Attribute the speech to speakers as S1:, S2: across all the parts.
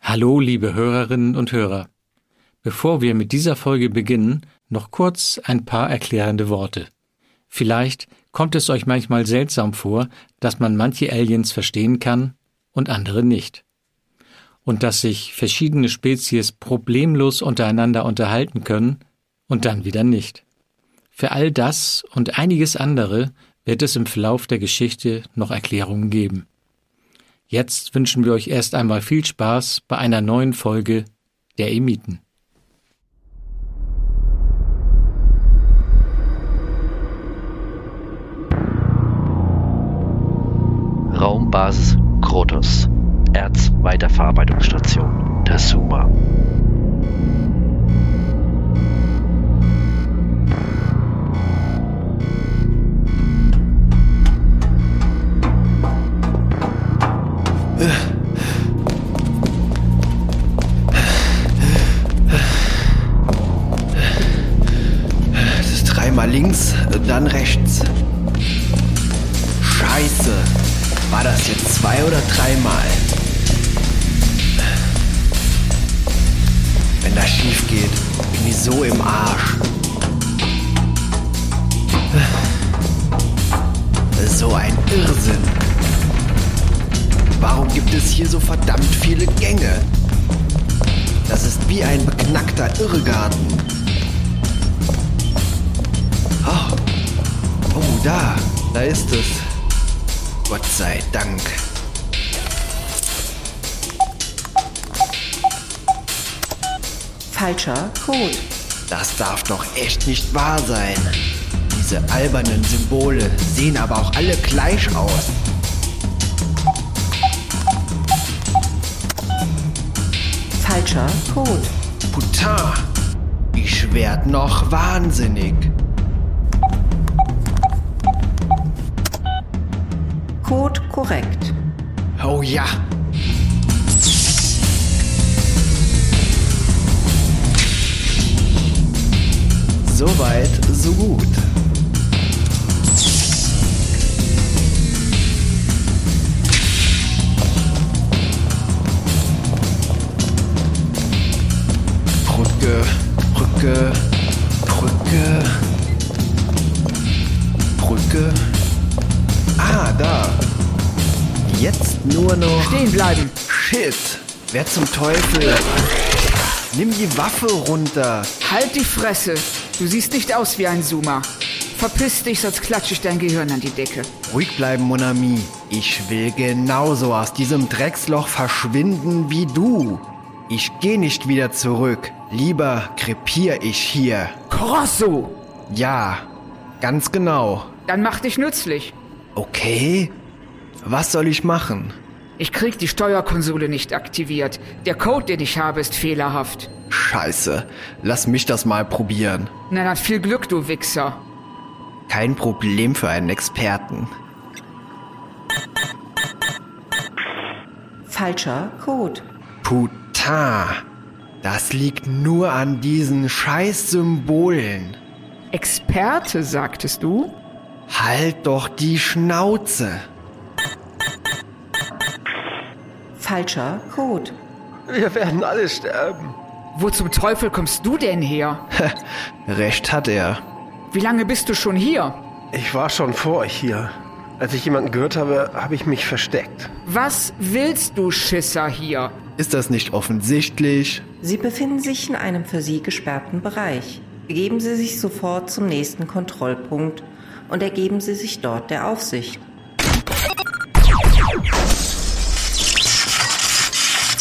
S1: Hallo, liebe Hörerinnen und Hörer. Bevor wir mit dieser Folge beginnen, noch kurz ein paar erklärende Worte. Vielleicht kommt es euch manchmal seltsam vor, dass man manche Aliens verstehen kann und andere nicht. Und dass sich verschiedene Spezies problemlos untereinander unterhalten können und dann wieder nicht. Für all das und einiges andere wird es im Verlauf der Geschichte noch Erklärungen geben. Jetzt wünschen wir euch erst einmal viel Spaß bei einer neuen Folge der Emiten.
S2: Raumbasis Krotos, Erzweiterverarbeitungsstation der Suma.
S3: Das ist dreimal links, dann rechts. Scheiße. War das jetzt zwei oder dreimal? Wenn das schief geht, bin ich so im Arsch. So ein Irrsinn. Warum gibt es hier so verdammt viele Gänge? Das ist wie ein beknackter Irrgarten. Oh, oh da, da ist es. Gott sei Dank.
S4: Falscher Code.
S3: Das darf doch echt nicht wahr sein. Diese albernen Symbole sehen aber auch alle gleich aus.
S4: Falscher Code.
S3: Putain, ich werd noch wahnsinnig.
S4: Code korrekt.
S3: Oh ja. Soweit, so gut. Brücke, Brücke, Brücke. Brücke. Ah, da. Jetzt nur noch.
S4: Stehen bleiben.
S3: Shit! Wer zum Teufel? Nimm die Waffe runter.
S5: Halt die Fresse! Du siehst nicht aus wie ein Zoomer. Verpiss dich, sonst klatsche ich dein Gehirn an die Decke.
S3: Ruhig bleiben, Mon ami. Ich will genauso aus diesem Drecksloch verschwinden wie du. Ich geh nicht wieder zurück. Lieber krepier ich hier.
S5: Grosso!
S3: Ja, ganz genau.
S5: Dann mach dich nützlich.
S3: Okay? Was soll ich machen?
S5: Ich krieg die Steuerkonsole nicht aktiviert. Der Code, den ich habe, ist fehlerhaft.
S3: Scheiße. Lass mich das mal probieren.
S5: Na dann viel Glück, du Wichser.
S3: Kein Problem für einen Experten.
S4: Falscher Code.
S3: Putain. Das liegt nur an diesen Scheißsymbolen.
S5: Experte, sagtest du?
S3: Halt doch die Schnauze.
S4: Falscher Code.
S3: Wir werden alle sterben.
S5: Wo zum Teufel kommst du denn her?
S3: Recht hat er.
S5: Wie lange bist du schon hier?
S6: Ich war schon vor euch hier. Als ich jemanden gehört habe, habe ich mich versteckt.
S5: Was willst du, Schisser, hier?
S3: Ist das nicht offensichtlich?
S4: Sie befinden sich in einem für Sie gesperrten Bereich. Begeben Sie sich sofort zum nächsten Kontrollpunkt und ergeben Sie sich dort der Aufsicht.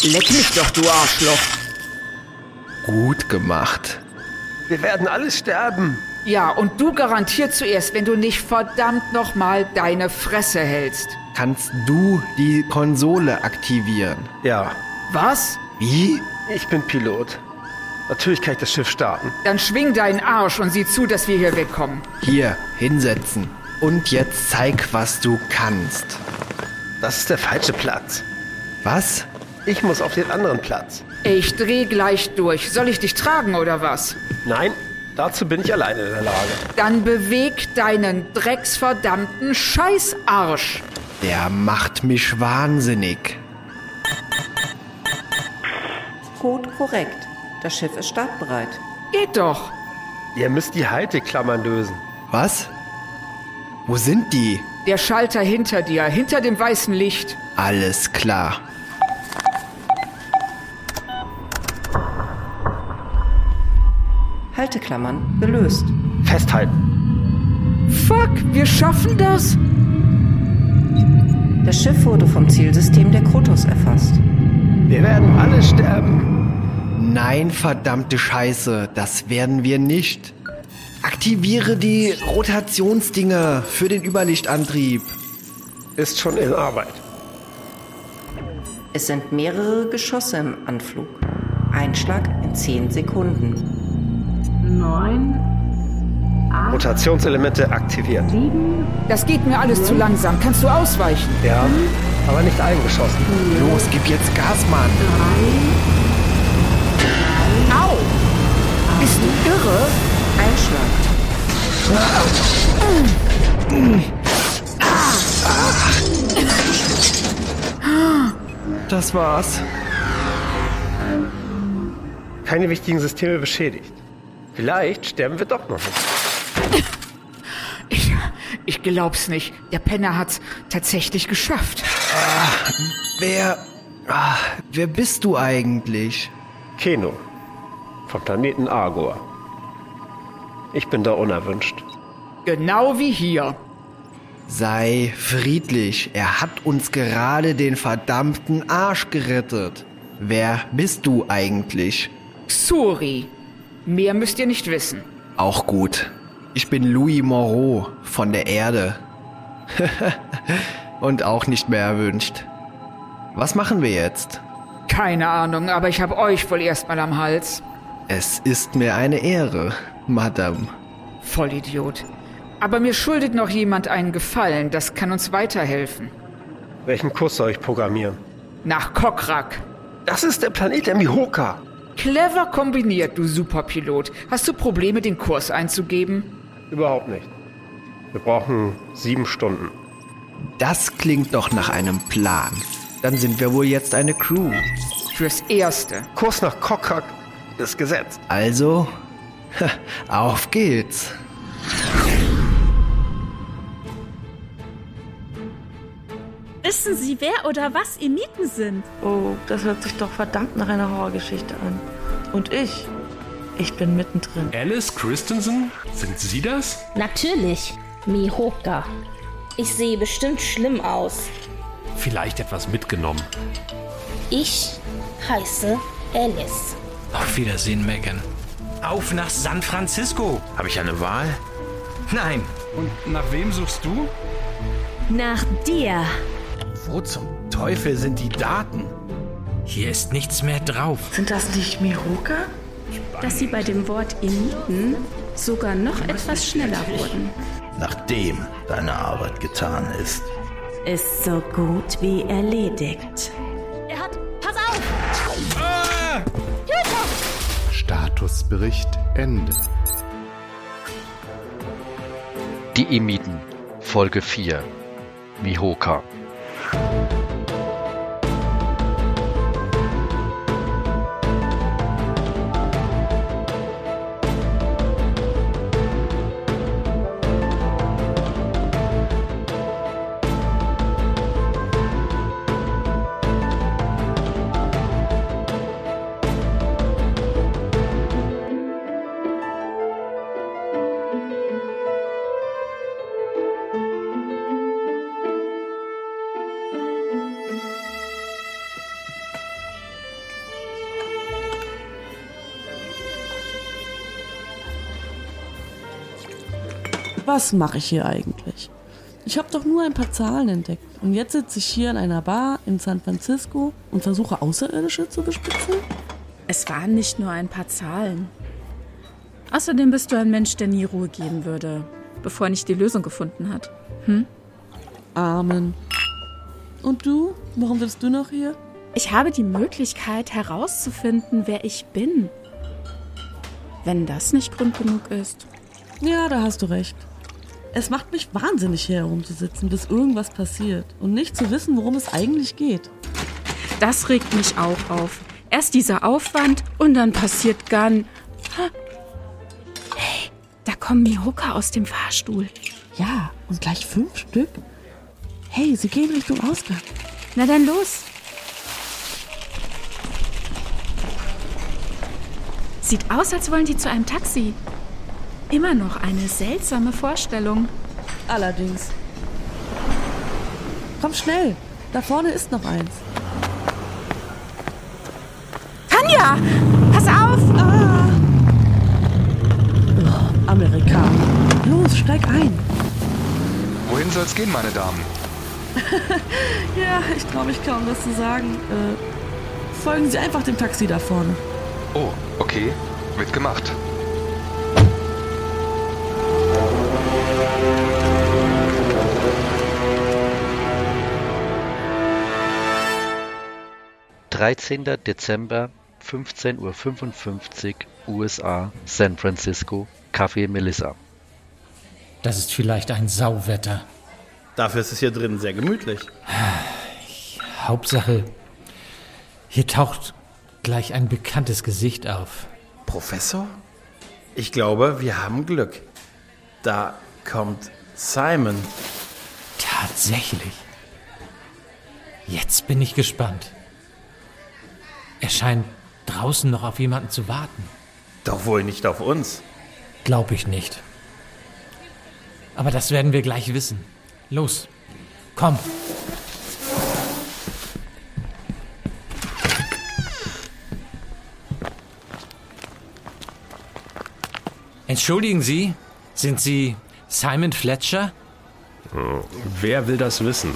S5: Leck mich doch, du Arschloch.
S3: Gut gemacht.
S6: Wir werden alle sterben.
S5: Ja, und du garantiert zuerst, wenn du nicht verdammt nochmal deine Fresse hältst.
S3: Kannst du die Konsole aktivieren?
S6: Ja,
S5: Was?
S3: Wie?
S6: ich bin Pilot. Natürlich kann ich das Schiff starten.
S5: Dann schwing deinen Arsch und sieh zu, dass wir hier wegkommen.
S3: Hier, hinsetzen. Und jetzt zeig, was du kannst.
S6: Das ist der falsche Platz.
S3: Was?
S6: Ich muss auf den anderen Platz.
S5: Ich dreh gleich durch. Soll ich dich tragen oder was?
S6: Nein, dazu bin ich alleine in der Lage.
S5: Dann beweg deinen drecksverdammten Scheißarsch.
S3: Der macht mich wahnsinnig.
S4: Code korrekt. Das Schiff ist startbereit.
S5: Geht doch.
S6: Ihr müsst die Halteklammern lösen.
S3: Was? Wo sind die?
S5: Der Schalter hinter dir, hinter dem weißen Licht.
S3: Alles klar.
S4: Halteklammern gelöst.
S6: Festhalten.
S5: Fuck, wir schaffen das?
S4: Das Schiff wurde vom Zielsystem der Krotos erfasst.
S6: Wir werden alle sterben.
S3: Nein, verdammte Scheiße, das werden wir nicht. Aktiviere die Rotationsdinger für den Überlichtantrieb.
S6: Ist schon in Arbeit.
S4: Es sind mehrere Geschosse im Anflug. Einschlag in 10 Sekunden.
S7: 9, 8,
S6: Rotationselemente aktiviert.
S7: 7,
S5: Das geht mir alles zu langsam. Kannst du ausweichen?
S6: Ja, aber nicht eingeschossen.
S3: Los, gib jetzt Gas, Mann.
S5: Au! Bist du irre?
S4: Einschlag.
S3: Das war's.
S6: Keine wichtigen Systeme beschädigt. Vielleicht sterben wir doch noch nicht.
S5: Ich, ich glaub's nicht. Der Penner hat's tatsächlich geschafft.
S3: Wer. Ah, wer bist du eigentlich?
S6: Keno. Vom Planeten Argor. Ich bin da unerwünscht.
S5: Genau wie hier.
S3: Sei friedlich. Er hat uns gerade den verdammten Arsch gerettet. Wer bist du eigentlich?
S5: Xuri. Mehr müsst ihr nicht wissen.
S3: Auch gut. Ich bin Louis Moreau von der Erde. Und auch nicht mehr erwünscht. Was machen wir jetzt?
S5: Keine Ahnung, aber ich hab euch wohl erstmal am Hals.
S3: Es ist mir eine Ehre, Madame.
S5: Vollidiot. Aber mir schuldet noch jemand einen Gefallen, das kann uns weiterhelfen.
S6: Welchen Kurs soll ich programmieren?
S5: Nach Kokrak.
S6: Das ist der Planet der Mihoka.
S5: Clever kombiniert, du Superpilot. Hast du Probleme, den Kurs einzugeben?
S6: Überhaupt nicht. Wir brauchen sieben Stunden.
S3: Das klingt doch nach einem Plan. Dann sind wir wohl jetzt eine Crew.
S5: Fürs Erste.
S6: Kurs nach Kokrak ist gesetzt.
S3: Also, auf geht's.
S8: Wissen Sie, wer oder was ihr Nieten sind?
S7: Oh, das hört sich doch verdammt nach einer Horrorgeschichte an. Und ich? Ich bin mittendrin.
S9: Alice Christensen? Sind Sie das?
S10: Natürlich, Mihoka. Ich sehe bestimmt schlimm aus.
S9: Vielleicht etwas mitgenommen.
S10: Ich heiße Alice.
S1: Auf Wiedersehen, Megan. Auf nach San Francisco.
S11: Habe ich eine Wahl?
S1: Nein,
S9: Und nach wem suchst du?
S8: Nach dir.
S11: Wo zum Teufel sind die Daten?
S1: hier ist nichts mehr drauf.
S7: Sind das nicht Miroka?
S8: Dass Sie bei dem Wort ihr Nieten sogar noch etwas schneller wurden.
S11: Nachdem deine Arbeit getan ist.
S7: Ist so gut wie erledigt.
S8: Er hat. Pass auf!
S12: Statusbericht Ende.
S2: Die Emiten, Folge 4. Mihoka.
S7: Was mache ich hier eigentlich? Ich habe doch nur ein paar Zahlen entdeckt. Und jetzt sitze ich hier in einer Bar in San Francisco und versuche Außerirdische zu bespitzen?
S8: Es waren nicht nur ein paar Zahlen. Außerdem bist du ein Mensch, der nie Ruhe geben würde, bevor er nicht die Lösung gefunden hat. Hm?
S7: Amen. Und du? Warum bist du noch hier?
S8: Ich habe die Möglichkeit herauszufinden, wer ich bin. Wenn das nicht Grund genug ist.
S7: Ja, da hast du recht. Es macht mich wahnsinnig, hier herumzusitzen, bis irgendwas passiert und nicht zu wissen, worum es eigentlich geht.
S8: Das regt mich auch auf. Erst dieser Aufwand und dann passiert Gan. Hey, da kommen Mihoka aus dem Fahrstuhl.
S7: Ja, und gleich fünf Stück. Hey, sie gehen Richtung Ausgang.
S8: Na dann los. Sieht aus, als wollen die zu einem Taxi. Immer noch eine seltsame Vorstellung.
S7: Allerdings. Komm schnell, da vorne ist noch eins.
S8: Tanja, pass auf!
S7: Ah. Ugh, Amerika. Los, steig ein.
S13: Wohin soll's gehen, meine Damen?
S7: ja, ich traue mich kaum, das zu sagen. Äh, folgen Sie einfach dem Taxi da vorne.
S13: Oh, okay. Wird gemacht.
S2: Dreizehnter Dezember, 15.55 Uhr, USA, San Francisco, Café Melissa.
S1: Das ist vielleicht ein Sauwetter.
S14: Dafür ist es hier drin sehr gemütlich.
S1: Hauptsache, hier taucht gleich ein bekanntes Gesicht auf.
S14: Professor? Ich glaube, wir haben Glück. Da kommt Simon.
S1: Tatsächlich. Jetzt bin ich gespannt. Er scheint draußen noch auf jemanden zu warten.
S14: Doch wohl nicht auf uns.
S1: Glaub ich nicht. Aber das werden wir gleich wissen. Los, komm. Entschuldigen Sie, sind Sie Simon Fletcher?
S9: Wer will das wissen?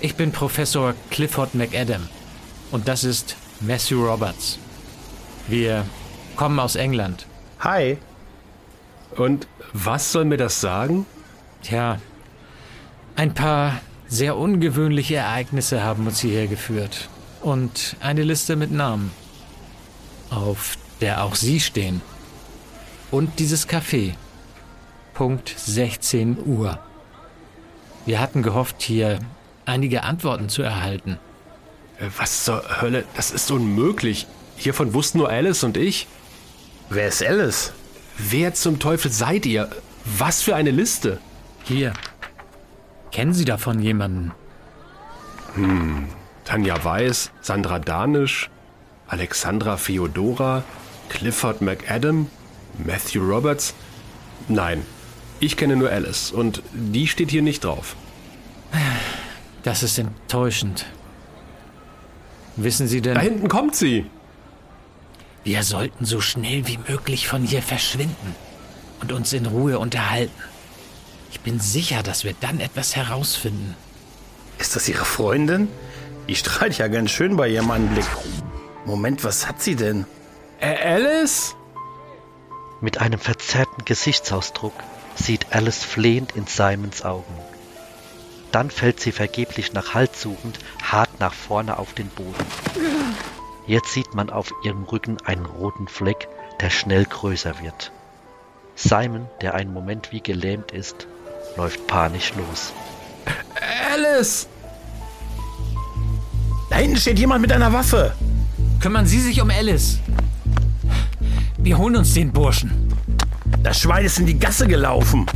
S1: Ich bin Professor Clifford McAdam und das ist Matthew Roberts. Wir kommen aus England.
S14: Hi.
S9: Und was soll mir das sagen?
S1: Tja, ein paar sehr ungewöhnliche Ereignisse haben uns hierher geführt. Und eine Liste mit Namen, auf der auch Sie stehen. Und dieses Café. Punkt 16 Uhr. Wir hatten gehofft, hier einige Antworten zu erhalten.
S9: Äh, Was zur Hölle? Das ist unmöglich. Hiervon wussten nur Alice und ich.
S14: Wer ist Alice?
S9: Wer zum Teufel seid ihr? Was für eine Liste?
S1: Hier. Kennen Sie davon jemanden?
S9: Hm. Tanja Weiß, Sandra Danisch, Alexandra Feodora, Clifford McAdam, Matthew Roberts. Nein, ich kenne nur Alice und die steht hier nicht drauf.
S1: Das ist enttäuschend. Wissen Sie denn.
S9: Da hinten kommt sie!
S1: Wir sollten so schnell wie möglich von hier verschwinden und uns in Ruhe unterhalten. Ich bin sicher, dass wir dann etwas herausfinden.
S14: Ist das Ihre Freundin? Die strahlt ja ganz schön bei ihrem Anblick. Moment, was hat sie denn?
S9: Ä Alice?
S2: Mit einem verzerrten Gesichtsausdruck sieht Alice flehend in Simons Augen. Dann fällt sie vergeblich nach Halt suchend hart nach vorne auf den Boden. Jetzt sieht man auf ihrem Rücken einen roten Fleck, der schnell größer wird. Simon, der einen Moment wie gelähmt ist, läuft panisch los.
S14: Alice! Da hinten steht jemand mit einer Waffe!
S1: Kümmern Sie sich um Alice! Wir holen uns den Burschen!
S14: Das Schwein ist in die Gasse gelaufen!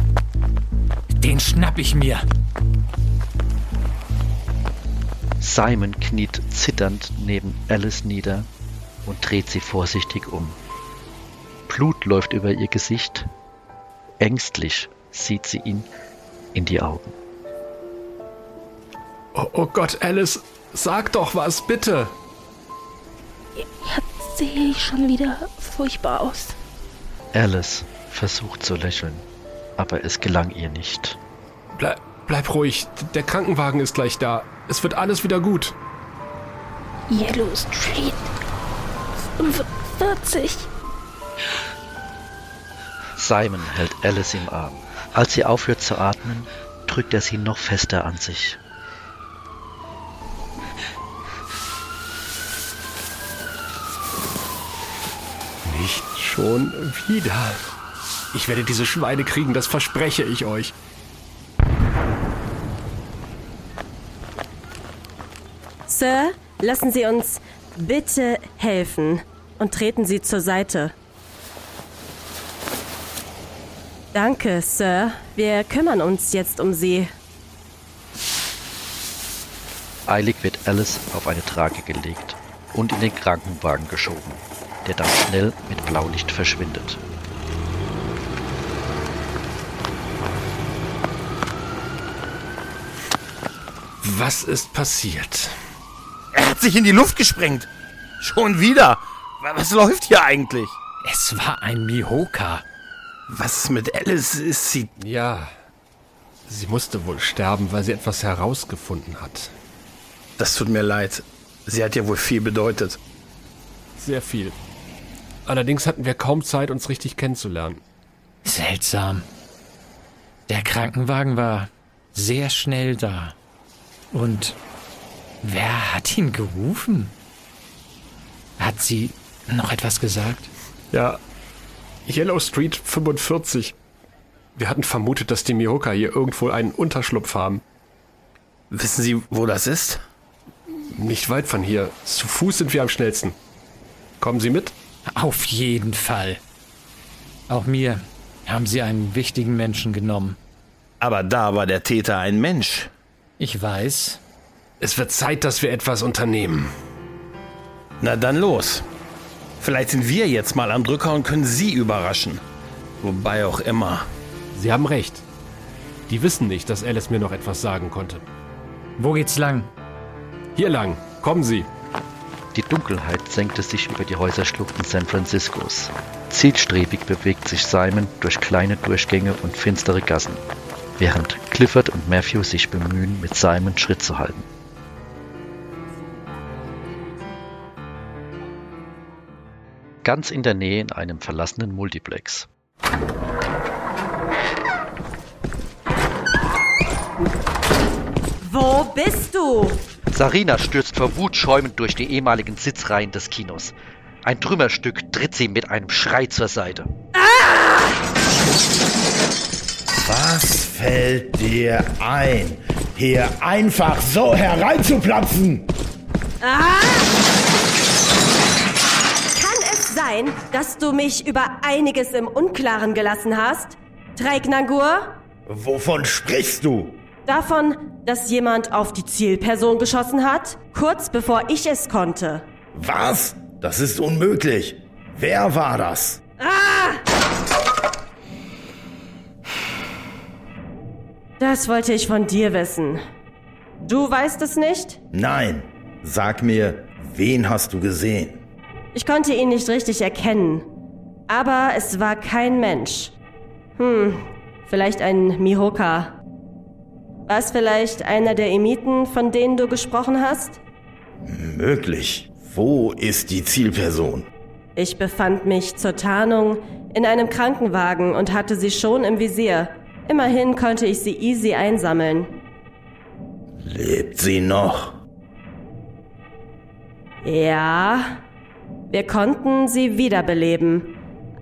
S1: Den schnapp ich mir!
S2: Simon kniet zitternd neben Alice nieder und dreht sie vorsichtig um. Blut läuft über ihr Gesicht. Ängstlich sieht sie ihn in die Augen.
S9: Oh, oh Gott, Alice, sag doch was, bitte.
S10: Jetzt sehe ich schon wieder furchtbar aus.
S2: Alice versucht zu lächeln, aber es gelang ihr nicht.
S9: Ble bleib ruhig, der Krankenwagen ist gleich da. Es wird alles wieder gut.
S10: Yellow Street 45.
S2: Simon hält Alice im Arm. Als sie aufhört zu atmen, drückt er sie noch fester an sich.
S9: Nicht schon wieder. Ich werde diese Schweine kriegen, das verspreche ich euch.
S15: Sir, lassen Sie uns Bitte helfen und treten Sie zur Seite. Danke, Sir. Wir kümmern uns jetzt um Sie.
S2: Eilig wird Alice auf eine Trage gelegt und in den Krankenwagen geschoben, der dann schnell mit Blaulicht verschwindet.
S9: Was ist passiert?
S14: Er hat sich in die Luft gesprengt. Schon wieder. Was läuft hier eigentlich?
S1: Es war ein Mihoka.
S14: Was ist mit Alice? Ist sie...
S9: Ja, sie musste wohl sterben, weil sie etwas herausgefunden hat.
S14: Das tut mir leid. Sie hat ja wohl viel bedeutet.
S9: Sehr viel. Allerdings hatten wir kaum Zeit, uns richtig kennenzulernen.
S1: Seltsam. Der Krankenwagen war sehr schnell da. Und wer hat ihn gerufen? Hat sie noch etwas gesagt?
S9: Ja, Yellow Street 45. Wir hatten vermutet, dass die Mihoka hier irgendwo einen Unterschlupf haben.
S14: Wissen Sie, wo das ist?
S9: Nicht weit von hier. Zu Fuß sind wir am schnellsten. Kommen Sie mit?
S1: Auf jeden Fall. Auch mir haben Sie einen wichtigen Menschen genommen.
S14: Aber da war der Täter ein Mensch.
S1: Ich weiß.
S9: Es wird Zeit, dass wir etwas unternehmen.
S14: Na dann los. Vielleicht sind wir jetzt mal am Drücker und können Sie überraschen. Wobei auch immer.
S9: Sie haben recht. Die wissen nicht, dass Alice mir noch etwas sagen konnte.
S1: Wo geht's lang?
S9: Hier lang. Kommen Sie.
S2: Die Dunkelheit senkte sich über die Häuserschluchten San Franciscos. Zielstrebig bewegt sich Simon durch kleine Durchgänge und finstere Gassen, während Clifford und Matthew sich bemühen, mit Simon Schritt zu halten. Ganz in der Nähe in einem verlassenen Multiplex.
S15: Wo bist du?
S2: Sarina stürzt vor Wut schäumend durch die ehemaligen Sitzreihen des Kinos. Ein Trümmerstück tritt sie mit einem Schrei zur Seite.
S16: Was fällt dir ein, hier einfach so hereinzuplatzen?
S15: Ah! Kann es sein, dass du mich über einiges im Unklaren gelassen hast? Treignangur?
S16: Wovon sprichst du?
S15: Davon, dass jemand auf die Zielperson geschossen hat, kurz bevor ich es konnte.
S16: Was? Das ist unmöglich. Wer war das?
S15: Ah! Das wollte ich von dir wissen. Du weißt es nicht?
S16: Nein. Sag mir, wen hast du gesehen?
S15: Ich konnte ihn nicht richtig erkennen. Aber es war kein Mensch. Hm, vielleicht ein Mihoka. War es vielleicht einer der Emiten, von denen du gesprochen hast?
S16: Möglich. Wo ist die Zielperson?
S15: Ich befand mich zur Tarnung in einem Krankenwagen und hatte sie schon im Visier. Immerhin konnte ich sie easy einsammeln.
S16: Lebt sie noch?
S15: Ja, wir konnten sie wiederbeleben.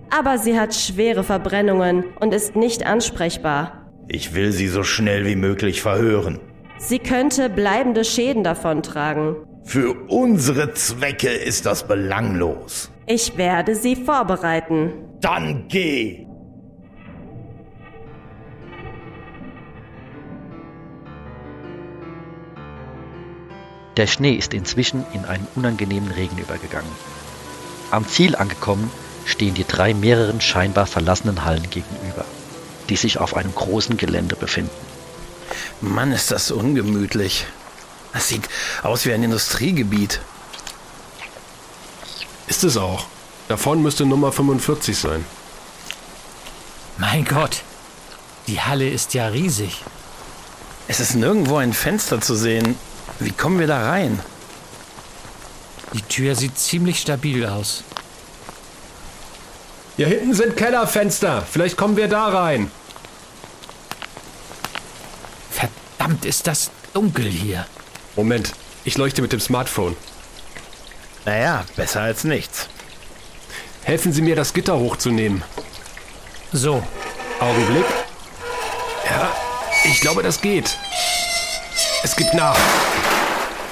S15: Aber sie hat schwere Verbrennungen und ist nicht ansprechbar.
S16: Ich will sie so schnell wie möglich verhören.
S15: Sie könnte bleibende Schäden davontragen.
S16: Für unsere Zwecke ist das belanglos.
S15: Ich werde sie vorbereiten.
S16: Dann geh!
S2: Der Schnee ist inzwischen in einen unangenehmen Regen übergegangen. Am Ziel angekommen stehen die drei mehreren scheinbar verlassenen Hallen gegenüber die sich auf einem großen Gelände befinden.
S14: Mann, ist das ungemütlich. Das sieht aus wie ein Industriegebiet.
S9: Ist es auch. Davon müsste Nummer 45 sein.
S1: Mein Gott, die Halle ist ja riesig.
S14: Es ist nirgendwo ein Fenster zu sehen. Wie kommen wir da rein?
S1: Die Tür sieht ziemlich stabil aus.
S9: Hier hinten sind Kellerfenster. Vielleicht kommen wir da rein.
S1: Verdammt, ist das dunkel hier.
S9: Moment, ich leuchte mit dem Smartphone.
S14: Naja, besser als nichts.
S9: Helfen Sie mir, das Gitter hochzunehmen.
S1: So.
S9: Augenblick. Ja, ich glaube, das geht. Es gibt nach.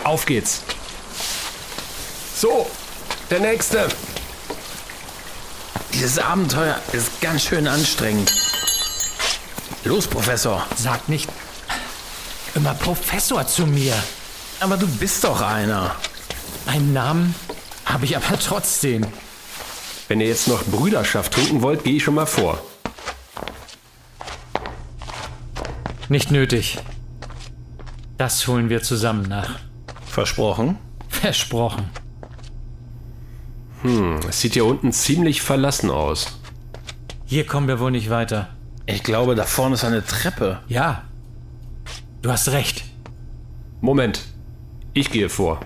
S9: Auf geht's.
S14: So, der nächste. Dieses Abenteuer ist ganz schön anstrengend. Los, Professor.
S1: Sag nicht immer Professor zu mir.
S14: Aber du bist doch einer.
S1: Einen Namen habe ich aber trotzdem.
S9: Wenn ihr jetzt noch Brüderschaft trinken wollt, gehe ich schon mal vor.
S1: Nicht nötig. Das holen wir zusammen nach.
S14: Versprochen?
S1: Versprochen.
S9: Hm, es sieht hier unten ziemlich verlassen aus.
S1: Hier kommen wir wohl nicht weiter.
S14: Ich glaube, da vorne ist eine Treppe.
S1: Ja. Du hast recht.
S9: Moment. Ich gehe vor.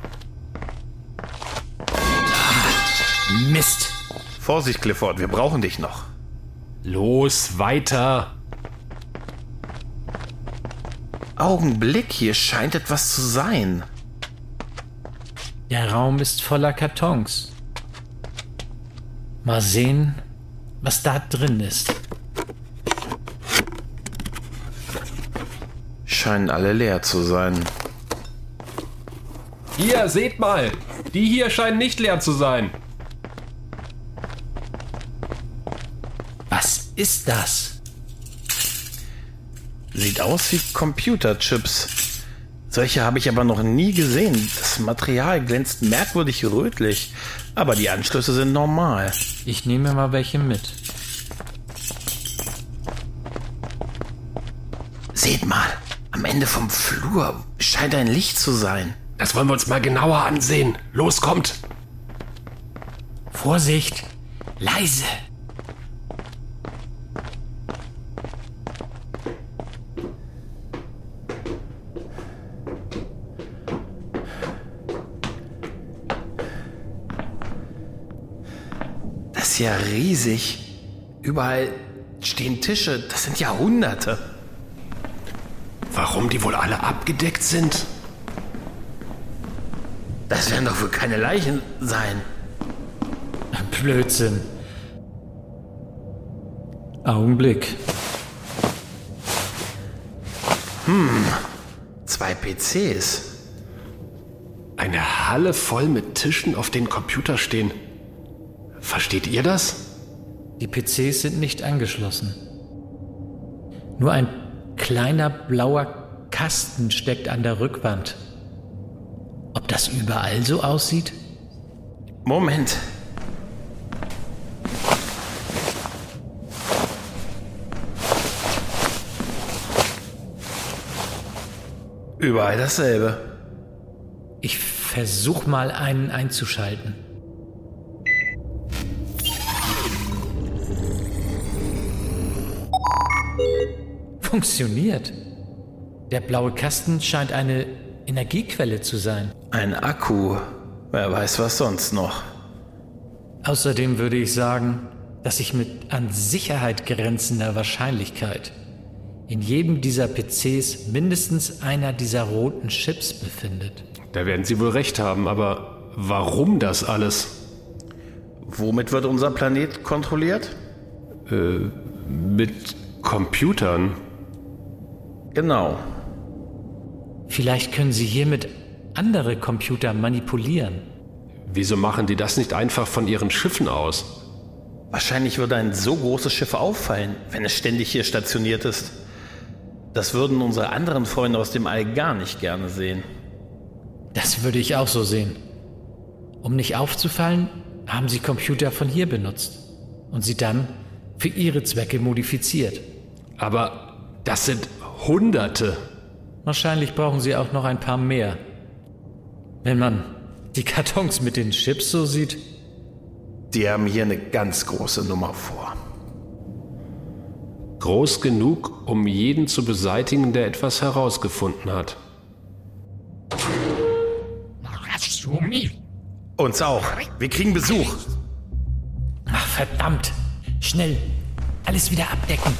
S1: Mist.
S11: Vorsicht, Clifford, wir brauchen dich noch.
S9: Los, weiter.
S11: Augenblick, hier scheint etwas zu sein.
S1: Der Raum ist voller Kartons. Mal sehen, was da drin ist.
S11: Scheinen alle leer zu sein.
S9: Hier, seht mal. Die hier scheinen nicht leer zu sein.
S1: Was ist das?
S14: Sieht aus wie Computerchips. Solche habe ich aber noch nie gesehen. Das Material glänzt merkwürdig rötlich, aber die Anschlüsse sind normal.
S1: Ich nehme mal welche mit.
S11: Seht mal, am Ende vom Flur scheint ein Licht zu sein.
S9: Das wollen wir uns mal genauer ansehen. Los, kommt!
S1: Vorsicht! Leise!
S11: Das ist ja riesig. Überall stehen Tische, das sind ja Hunderte.
S9: Warum die wohl alle abgedeckt sind?
S11: Das werden doch wohl keine Leichen sein.
S1: Blödsinn. Augenblick.
S11: Hm, zwei PCs.
S9: Eine Halle voll mit Tischen, auf denen Computer stehen. Versteht ihr das?
S1: Die PCs sind nicht angeschlossen. Nur ein kleiner blauer Kasten steckt an der Rückwand. Ob das überall so aussieht?
S14: Moment.
S11: Überall dasselbe.
S1: Ich versuch mal einen einzuschalten. Funktioniert. Der blaue Kasten scheint eine Energiequelle zu sein.
S14: Ein Akku. Wer weiß was sonst noch.
S1: Außerdem würde ich sagen, dass ich mit an Sicherheit grenzender Wahrscheinlichkeit in jedem dieser PCs mindestens einer dieser roten Chips befindet.
S9: Da werden sie wohl recht haben, aber warum das alles?
S14: Womit wird unser Planet kontrolliert?
S9: Äh, mit Computern?
S14: Genau.
S1: Vielleicht können sie hiermit andere Computer manipulieren.
S9: Wieso machen die das nicht einfach von ihren Schiffen aus?
S14: Wahrscheinlich würde ein so großes Schiff auffallen, wenn es ständig hier stationiert ist. Das würden unsere anderen Freunde aus dem All gar nicht gerne sehen.
S1: Das würde ich auch so sehen. Um nicht aufzufallen, haben sie Computer von hier benutzt und sie dann für ihre Zwecke modifiziert.
S9: Aber das sind Hunderte.
S1: Wahrscheinlich brauchen sie auch noch ein paar mehr. Wenn man die Kartons mit den Chips so sieht.
S11: Die haben hier eine ganz große Nummer vor.
S9: Groß genug, um jeden zu beseitigen, der etwas herausgefunden hat.
S11: Uns auch. Wir kriegen Besuch.
S1: Ach, verdammt. Schnell. Alles wieder abdecken.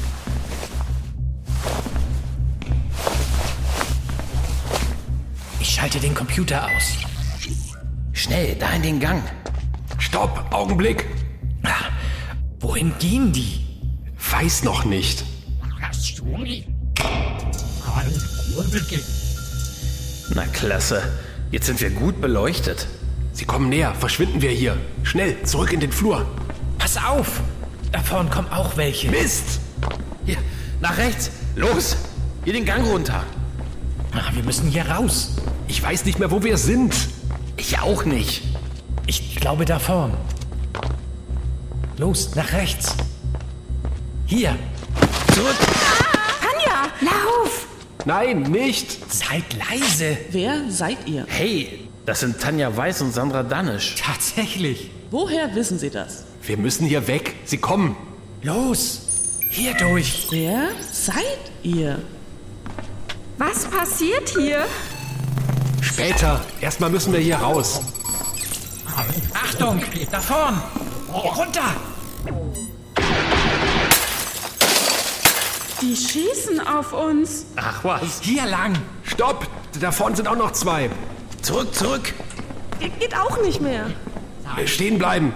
S1: Ich schalte den Computer aus.
S14: Schnell, da in den Gang.
S9: Stopp, Augenblick.
S1: Ah, wohin gehen die?
S9: Weiß noch nicht.
S14: Na klasse, jetzt sind wir gut beleuchtet.
S9: Sie kommen näher. Verschwinden wir hier. Schnell, zurück in den Flur.
S17: Pass auf! Da vorn kommen auch welche.
S11: Mist! Hier, nach rechts. Los! Hier den Gang runter.
S17: Ah, wir müssen hier raus.
S9: Ich weiß nicht mehr, wo wir sind.
S11: Ich auch nicht.
S17: Ich glaube da vorn. Los, nach rechts. Hier.
S11: Zurück.
S8: Tanja!
S10: Lauf!
S9: Nein, nicht.
S17: Seid leise.
S7: Wer seid ihr?
S14: Hey, das sind Tanja Weiß und Sandra Danisch.
S17: Tatsächlich.
S7: Woher wissen Sie das?
S9: Wir müssen hier weg. Sie kommen.
S17: Los. Hier durch.
S7: Wer seid ihr?
S8: Was passiert hier?
S9: Später. Erstmal müssen wir hier raus.
S17: Achtung, da vorn. Runter.
S8: Die schießen auf uns.
S9: Ach was.
S17: Hier lang.
S9: Stopp. Da vorne sind auch noch zwei. Zurück, zurück.
S7: Geht, geht auch nicht mehr.
S9: Stehen bleiben.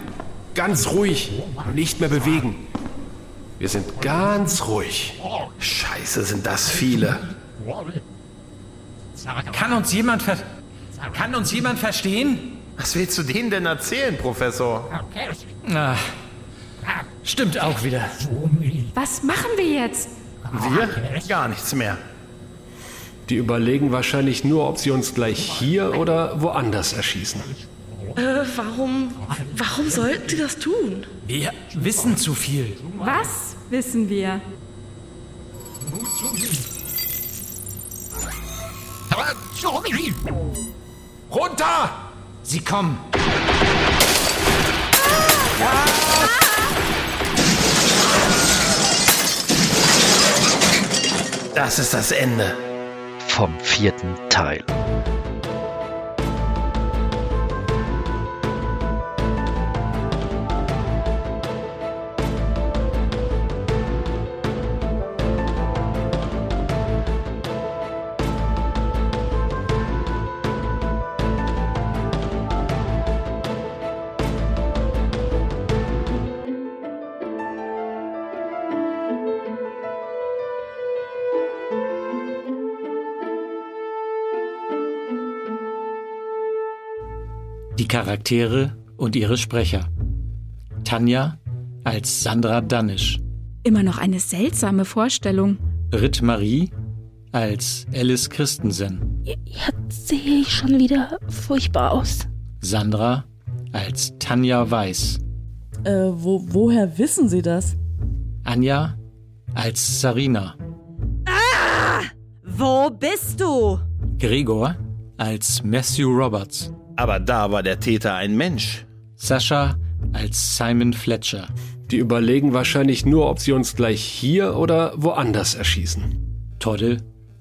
S9: Ganz ruhig. Nicht mehr bewegen. Wir sind ganz ruhig.
S14: Scheiße, sind das viele.
S17: Kann uns jemand ver kann uns jemand verstehen?
S14: Was willst du denen denn erzählen, Professor?
S17: Ah, stimmt auch wieder.
S8: Was machen wir jetzt?
S14: Wir? Gar nichts mehr.
S9: Die überlegen wahrscheinlich nur, ob sie uns gleich hier oder woanders erschießen.
S18: Äh, warum, warum sollten sie das tun?
S17: Wir wissen zu viel.
S8: Was wissen wir?
S9: Runter!
S17: Sie kommen.
S14: Das ist das Ende.
S2: Vom vierten Teil.
S1: Die Charaktere und ihre Sprecher. Tanja als Sandra Danisch.
S8: Immer noch eine seltsame Vorstellung.
S1: Britt Marie als Alice Christensen.
S18: Jetzt sehe ich schon wieder furchtbar aus.
S1: Sandra als Tanja Weiß.
S7: Äh, wo, woher wissen Sie das?
S1: Anja als Sarina.
S15: Ah! Wo bist du?
S1: Gregor als Matthew Roberts.
S14: Aber da war der Täter ein Mensch.
S1: Sascha als Simon Fletcher.
S9: Die überlegen wahrscheinlich nur, ob sie uns gleich hier oder woanders erschießen.
S1: Toddel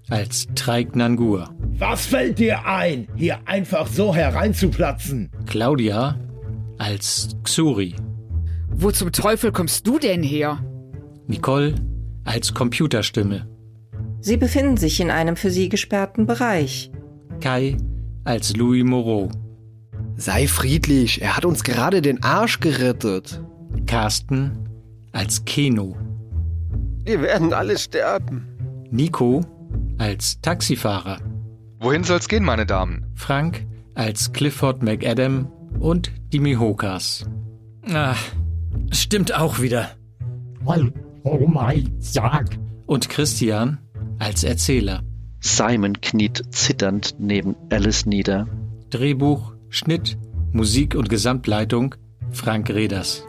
S1: als Traik Nangur.
S16: Was fällt dir ein, hier einfach so hereinzuplatzen?
S1: Claudia als Xuri.
S5: Wo zum Teufel kommst du denn her?
S1: Nicole als Computerstimme.
S4: Sie befinden sich in einem für sie gesperrten Bereich.
S1: Kai als Louis Moreau.
S3: Sei friedlich, er hat uns gerade den Arsch gerettet.
S1: Carsten als Keno.
S6: Wir werden alle sterben.
S1: Nico als Taxifahrer.
S13: Wohin soll's gehen, meine Damen?
S1: Frank als Clifford McAdam und die Mihokas.
S17: Ach, stimmt auch wieder.
S19: Oh mein Gott.
S1: Und Christian als Erzähler.
S2: Simon kniet zitternd neben Alice nieder.
S1: Drehbuch, Schnitt, Musik und Gesamtleitung Frank Reders.